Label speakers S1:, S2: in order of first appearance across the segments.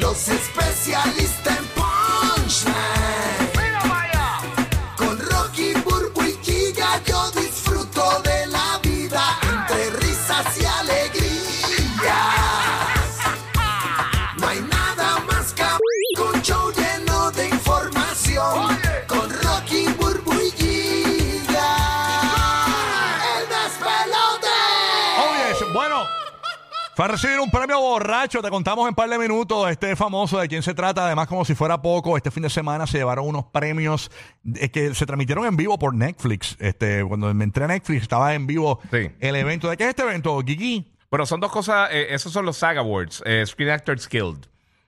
S1: Los especialistas en punchline. Con Rocky Burbu y Giga yo disfruto de la vida entre risas y alegrías. No hay nada más cabrón que un show lleno de información. Con Rocky Burbu y Giga. El despelote.
S2: Oh, yes. Bueno, fue a recibir un premio borracho. Te contamos en un par de minutos este famoso de quién se trata. Además, como si fuera poco, este fin de semana se llevaron unos premios eh, que se transmitieron en vivo por Netflix. Este, cuando me entré a Netflix estaba en vivo
S3: Sí.
S2: el evento. ¿De qué es este evento, Gigi?
S3: Bueno, son dos cosas, eh, esos son los SAG Awards, eh, Screen Actors Guild.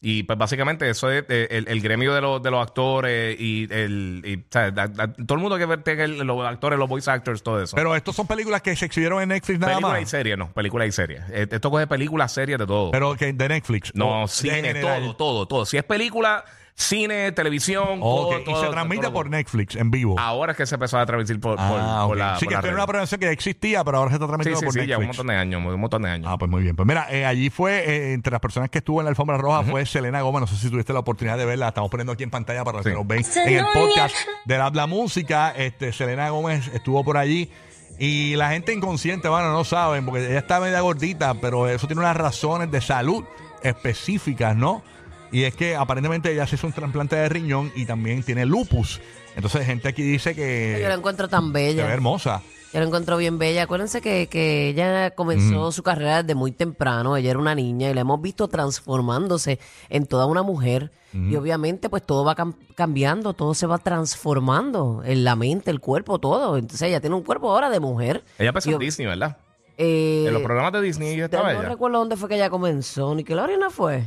S3: Y pues básicamente eso es eh, el, el gremio de, los de los actores y, el, y, o sea, da- da- todo el mundo que ve- tenga el- los actores, los voice actors, todo eso.
S2: Pero estos son películas que se exhibieron en Netflix nada
S3: película y
S2: más.
S3: serie, no, película y serie. Eh, Esto coge películas, series, de todo.
S2: Pero que de Netflix. O
S3: no,
S2: de
S3: cine,
S2: general.
S3: todo, todo, todo. Si es película, cine, televisión,
S2: Ok,
S3: todo,
S2: y
S3: todo,
S2: se transmite
S3: todo, todo.
S2: por Netflix en vivo.
S3: Ahora es que se empezó a transmitir por, por-
S2: Ah,
S3: por
S2: ok.
S3: la.
S2: sí,
S3: por
S2: que esto
S3: la
S2: era
S3: red.
S2: una programación que ya existía, pero ahora se está
S3: Sí,
S2: transmitiendo
S3: sí,
S2: por
S3: sí, ya un
S2: Netflix.
S3: montón de años, un montón de años.
S2: Ah, pues muy bien. Pues mira, eh, allí fue, eh, entre las personas que estuvo en la alfombra roja, fue Selena Gómez. No sé si tuviste la oportunidad de verla. Estamos poniendo aquí en pantalla para los que
S3: Sí.
S2: nos ven en el podcast de la, la música. Este, Selena Gómez estuvo por allí. Y la gente inconsciente, bueno, no saben, porque ella está media gordita, pero eso tiene unas razones de salud específicas, ¿no? Y es que aparentemente ella se hizo un trasplante de riñón y también tiene lupus. Entonces, gente aquí dice
S4: Yo la
S3: Eh,
S2: que
S4: encuentro tan
S2: se ve
S4: bella.
S2: hermosa.
S4: Yo la encuentro bien bella. Acuérdense que, que ella comenzó su carrera desde muy temprano. Ella era una niña y la hemos visto transformándose en toda una mujer. Y obviamente, pues todo va cam- cambiando, todo se va transformando en la mente, el cuerpo, todo. Entonces ella tiene un cuerpo ahora de mujer.
S3: Ella empezó
S4: Y
S3: en
S4: ob-
S3: Disney, ¿verdad?
S4: eh,
S3: en los programas de Disney ella
S4: no
S3: estaba ella.
S4: recuerdo dónde fue que ella comenzó. Nickelodeon fue.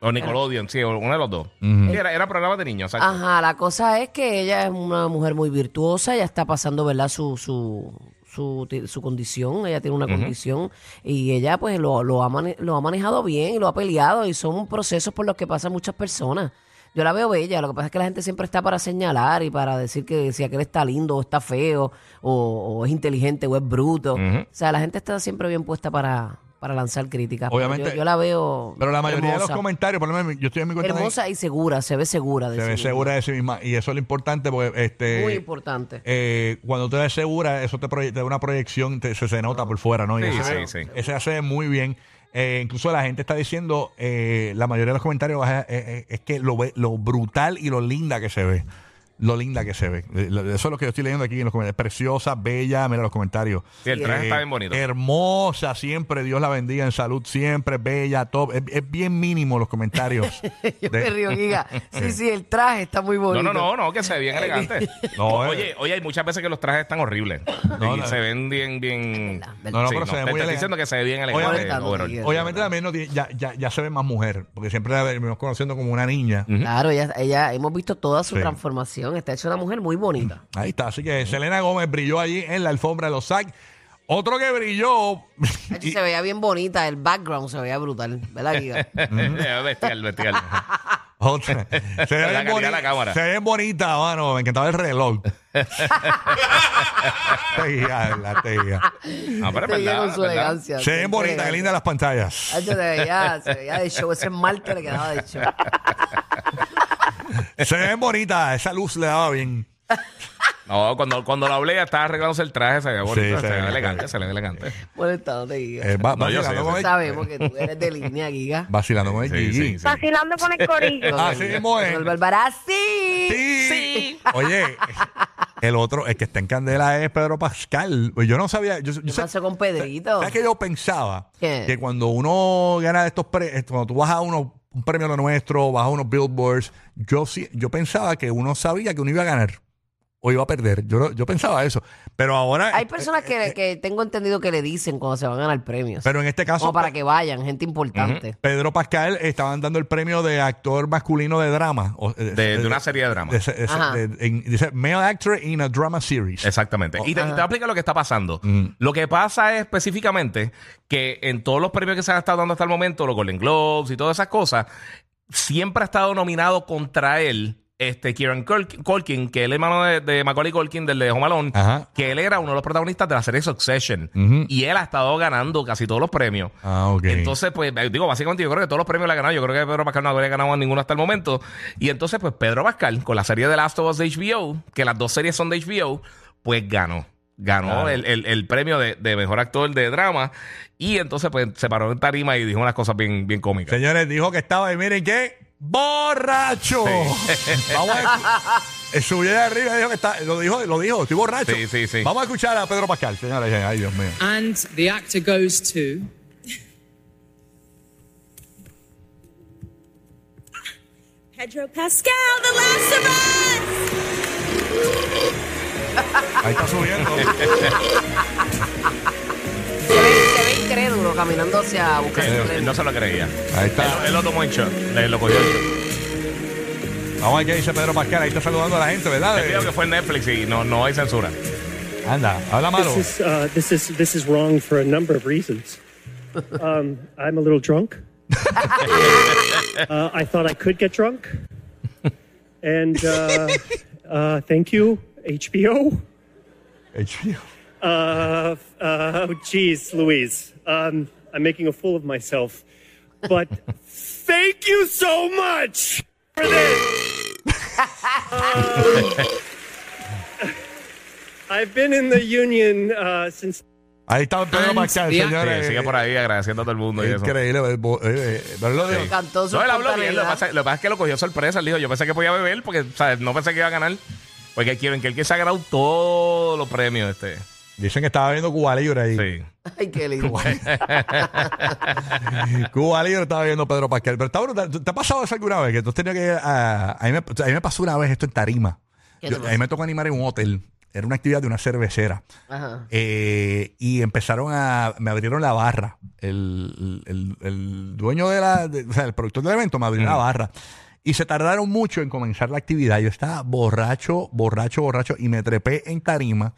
S3: O Nickelodeon, sí, o uno de los dos. Sí, era, era programa de niños, exacto.
S4: Ajá, la cosa es que ella es una mujer muy virtuosa, ella está pasando, ¿verdad? Su, su, su, ti- su condición, ella tiene una condición y ella pues lo, lo, ha mane- lo ha manejado bien y lo ha peleado y son procesos por los que pasan muchas personas. Yo la veo bella, lo que pasa es que la gente siempre está para señalar y para decir que si aquel está lindo o está feo o, o es inteligente o es bruto. O sea, la gente está siempre bien puesta para, para lanzar críticas. pero
S2: Obviamente.
S4: Yo, yo la veo
S2: Pero la mayoría de
S4: hermosa,
S2: los comentarios, por lo menos yo estoy en mi cuenta de-
S4: hermosa y segura, se ve segura de
S2: Se
S4: sí
S2: ve
S4: misma.
S2: segura de sí misma. Y eso es lo importante porque este,
S4: Muy importante.
S2: eh, cuando te ves segura, eso te, proye- te da una proyección, te- se, se nota por fuera, ¿no? Y
S3: Sí,
S2: eso
S3: sí,
S2: se-
S3: sí.
S2: eso se hace muy bien. Eh, incluso la gente está diciendo, eh, la mayoría de los comentarios es, es- es que lo, ve- lo brutal y lo linda que se ve. Lo linda que se ve. Eh, lo- Eso es lo que yo estoy leyendo aquí en los comentarios. Preciosa, bella, mira los comentarios. Eh,
S3: Sí, el traje está bien bonito.
S2: Hermosa siempre, Dios la bendiga en salud, siempre, bella, top. Es, es bien mínimo los comentarios.
S4: Yo
S2: de-
S4: me río, Giga. Sí, sí, el traje está muy bonito.
S3: No, no, no, no, que se ve
S4: Eh,
S3: bien elegante.
S2: No,
S3: O-
S2: eh.
S3: oye, oye, hay muchas veces que los trajes están horribles.
S2: No,
S3: y
S2: no.
S3: se ven bien, bien.
S2: No, no, pero se ve
S3: te-
S2: muy
S3: te estoy
S2: elegante.
S3: diciendo que se ve bien elegante.
S2: Obviamente,
S3: el overall.
S4: Miguel.
S2: Obviamente también no tiene- ya, ya, ya se ve más mujer, porque siempre la venimos conociendo como una niña.
S3: Mm.
S4: Claro, ella, ella, hemos visto toda su
S2: Sí.
S4: transformación. Está hecha una mujer muy bonita.
S2: Ahí está, así que Selena Gómez brilló allí en la alfombra de los SAC. Otro que brilló,
S4: Ay,
S2: y-
S4: Se veía bien bonita, el background se veía brutal, ¿verdad, Giga?
S3: Bestial, bestial.
S2: otra- se ve
S3: La
S2: bien
S3: calidad de la
S2: boni-
S3: cámara.
S2: se ve bonita, mano, me encantaba el reloj. Te guía, la te guía.
S3: Ah, pero es verdad,
S4: Te veía Este con su
S3: es verdad.
S4: elegancia.
S2: Se ven bonitas, qué lindas las pantallas.
S4: Ay, se veía, se veía de show. Ese esmalte le quedaba de show.
S2: Se ven bonitas, esa luz le daba bien.
S3: No, cuando, cuando la hablé, ya estaba arreglándose el traje, se ve bonito,
S2: se ve
S3: se, ve
S2: bien.
S3: elegante, se ve elegante.
S4: Molestándote, Giga.
S2: Eh, va-
S3: No, yo
S2: vacilando
S3: sé, yo
S2: con
S3: sé.
S2: el-
S4: Sabemos que tú eres de línea, Giga.
S2: vacilando con el
S3: Sí,
S2: Gigi.
S3: sí, sí.
S5: Vacilando con el corillo.
S2: Así mismo es.
S4: El ¡Ah, barbarazzi.
S2: Sí. Oye, el otro, el que está en candela es Pedro Pascal. Pues Yo no sabía. Yo, yo
S4: ¿Qué
S2: sé-
S4: pasó con Pedrito?
S2: ¿Sabes que yo pensaba?
S4: ¿Qué?
S2: Que cuando uno gana estos premios, cuando tú vas a uno, un premio lo nuestro, vas a unos billboards, yo sí, yo pensaba que uno sabía que uno iba a ganar. o iba a perder. Yo, lo- yo pensaba eso. Pero ahora.
S4: Hay personas
S2: Eh,
S4: que, que tengo entendido que le dicen cuando se van a ganar premios.
S2: Pero en este caso.
S4: o para que vayan, gente importante.
S2: Pedro Pascal estaban dando el premio de actor masculino de drama. o- eh,
S3: De, de una serie de drama.
S2: de- de-
S4: Ajá.
S2: de- en- dice Male Actor in a Drama Series.
S3: Exactamente. y te, y te aplica lo que está pasando.
S2: Mm.
S3: Lo que pasa es específicamente que en todos los premios que se han estado dando hasta el momento, los Golden Globes y todas esas cosas, siempre ha estado nominado contra él. Este Kieran Culkin- Culkin, que es el hermano de, de Macaulay Culkin, del de Home Alone,
S2: Ajá.
S3: que él era uno de los protagonistas de la serie Succession.
S2: Ujú.
S3: Y él ha estado ganando casi todos los premios.
S2: Ah, ok.
S3: Entonces, pues, eh, digo, básicamente yo creo que todos los premios le ha ganado. Yo creo que Pedro Pascal no habría ganado a ninguno hasta el momento. Y entonces, pues, Pedro Pascal, con la serie de Last of Us de HBO, que las dos series son de HBO, pues ganó. Ganó
S2: Claro.
S3: el, el- el premio de, de mejor actor de drama. Y entonces, pues, se paró en tarima y dijo unas cosas bien, bien cómicas.
S2: Señores, dijo que estaba, y miren qué, borracho. Vamos a escu- eh, subió de arriba y dijo que está, lo dijo, lo dijo, estoy borracho.
S3: Sí, sí, sí.
S2: Vamos a escuchar a Pedro Pascal, señores. Ay, Dios mío.
S5: And the actor goes to.
S6: Pedro Pascal, The Last of Us!
S2: Ahí está subiendo.
S4: Se ve, se ve incrédulo caminando hacia buscar
S3: Él-
S4: su
S3: él
S4: premio.
S3: Eh, no se lo creía.
S2: Ahí
S3: Él,
S2: está.
S3: él lo tomó en shock. Le- Lo cogió en shock.
S2: Vamos a ver qué dice Pedro Pascal. Ahí está saludando a la gente, ¿verdad?
S3: Te digo que fue en Netflix y no, no hay censura.
S2: Anda, habla malo.
S7: This is, uh, this is this is wrong for a number of reasons. Um, I'm a little drunk. uh, I thought I could get drunk, and uh, uh, thank you, HBO.
S2: Eh, chico.
S7: Uh, uh, oh, geez, Louise, um, I'm making a fool of myself, but thank you so much for this. Um, I've been in the union uh, since
S2: Ahí está Pedro
S5: And
S2: Pascal,
S5: the-
S3: Sí,
S2: señores.
S3: sigue por ahí agradeciendo a todo el mundo. Y eso.
S2: Increíble. eh, bo- eh, eh, pero lo dijo.
S3: Sí.
S4: Cantó su
S3: No, él habló bien. Lo que,
S4: espontaneidad.
S3: pasa, lo que pasa es que lo cogió sorpresa. Él dijo, yo pensé que podía beber porque ¿sabes? no pensé que iba a ganar. Porque quieren que él que se ha ganado todos los premios. Este.
S2: Dicen que estaba viendo Cuba Libre ahí.
S3: Sí.
S4: Ay, qué lindo.
S2: Cuba Libre estaba viendo Pedro Pascal. Pero está brutal. ¿Te ha pasado eso alguna vez? Que tú has tenido que. ir a, a mí me, a mí me pasó una vez esto en Tarima.
S4: ¿Qué
S2: Yo-
S4: te
S2: a mí me tocó animar en un hotel. Era una actividad de una cervecera.
S4: Ajá.
S2: Eh, y empezaron a. Me abrieron la barra. El, el- el dueño de la. de- o sea, el productor del evento me abrió la barra. Y se tardaron mucho en comenzar la actividad. Yo estaba borracho, borracho, borracho. Y me trepé en tarima.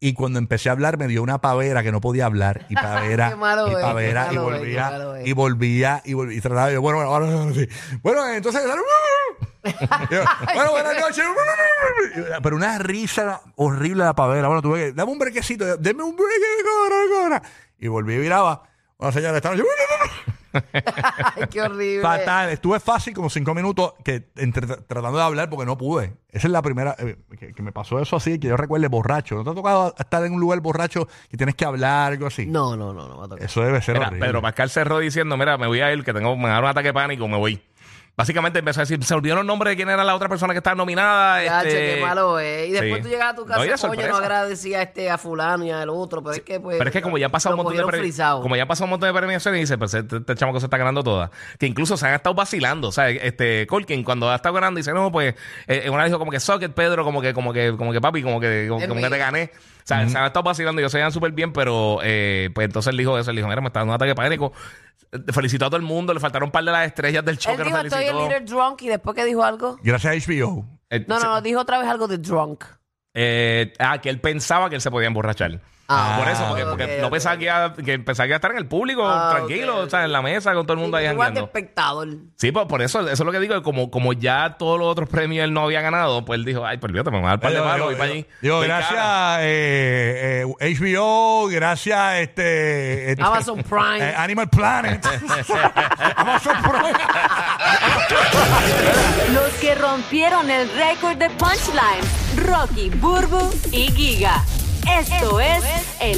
S2: Y cuando empecé a hablar, me dio una pavera que no podía hablar. Y pavera.
S4: Qué malo
S2: y
S4: es, qué
S2: pavera. y
S4: malo es, qué
S2: volvía.
S4: malo es.
S2: y volvía. Y volvía. Y trataba. yo, bueno, bueno, ahora, ahora sí. Bueno, entonces. Yo, bueno, buenas noches. Pero una risa horrible la pavera. Bueno, tuve que. Dame un brequecito. Deme un breque. Cobra, cobra. Y volví y viraba. Una señora esta noche.
S4: Ay, qué horrible.
S2: Fatal. Estuve fácil como cinco minutos que entre- tratando de hablar porque no pude. Esa es la primera eh, que, que me pasó eso así, que yo recuerde borracho. ¿No te ha tocado estar en un lugar borracho que tienes que hablar, algo así?
S4: No, no, no, no va a
S3: Este,
S4: tocar.
S2: Eso debe ser
S3: Mira,
S2: horrible.
S3: Pedro Pascal cerró diciendo, mira, me voy a ir, que tengo, me da un ataque de pánico, me voy. Básicamente empezó a decir, se olvidó los nombres de quién era la otra persona que estaba nominada.
S4: Ya,
S3: este-
S4: che, qué malo es. Y después
S3: Sí.
S4: tú llegas a tu
S3: No, y de
S4: casa, coño,
S3: sorpresa.
S4: no agradecía a este, a fulano y al otro, pero es que pues...
S3: Pero es que como ya han pasado
S4: lo
S3: un montón de
S4: cogieron
S3: pre-
S4: frisado.
S3: como ya han pasado un montón de premiaciones, dice, pues este, este chamaco se está ganando todas. Que incluso se han estado vacilando. O sea, este Colkin cuando ha estado ganando dice, no, pues, eh, eh, una vez dijo como que socket, Pedro, como que, como que, como que papi, como que, como,
S4: Es
S3: como
S4: mío.
S3: que te gané. O sea, se han estado vacilando, ellos se llevan súper bien, pero eh, pues entonces él dijo eso, él dijo, mira, me está dando un ataque de pánico. Eh, Felicitó a todo el mundo, le faltaron un par de las estrellas del show
S4: Él
S3: que no
S4: dijo, estoy el
S3: felicitó.
S4: líder drunk, y después que dijo algo...
S2: Gracias a HBO.
S3: Eh,
S4: No,
S3: se-
S4: no, no, dijo otra vez algo de drunk.
S3: eh, ah, que él pensaba que él se podía emborrachar.
S4: Ah,
S3: Por eso, porque, porque
S4: ok,
S3: no
S4: ok.
S3: pensaba que, iba- que pensaba que iba a estar en el público,
S4: Ah,
S3: tranquilo,
S4: ok,
S3: o sea, en la mesa con todo el mundo ahí
S4: Igual de
S3: jangueando.
S4: espectador.
S3: Sí, pues por eso, eso es lo que digo, que como, como ya todos los otros premios él no había ganado, pues él dijo, ay, pues olvídate, me voy a dar un par de
S2: Digo, digo,
S3: palos, voy para allí.
S2: digo,
S3: Doy cara.
S2: gracias eh, eh, HBO, gracias este, este,
S4: Amazon Prime.
S2: eh, Animal Planet. Amazon Prime.
S8: Los que rompieron el récord de punchline, Rocky, Burbu y Giga. Esto, es el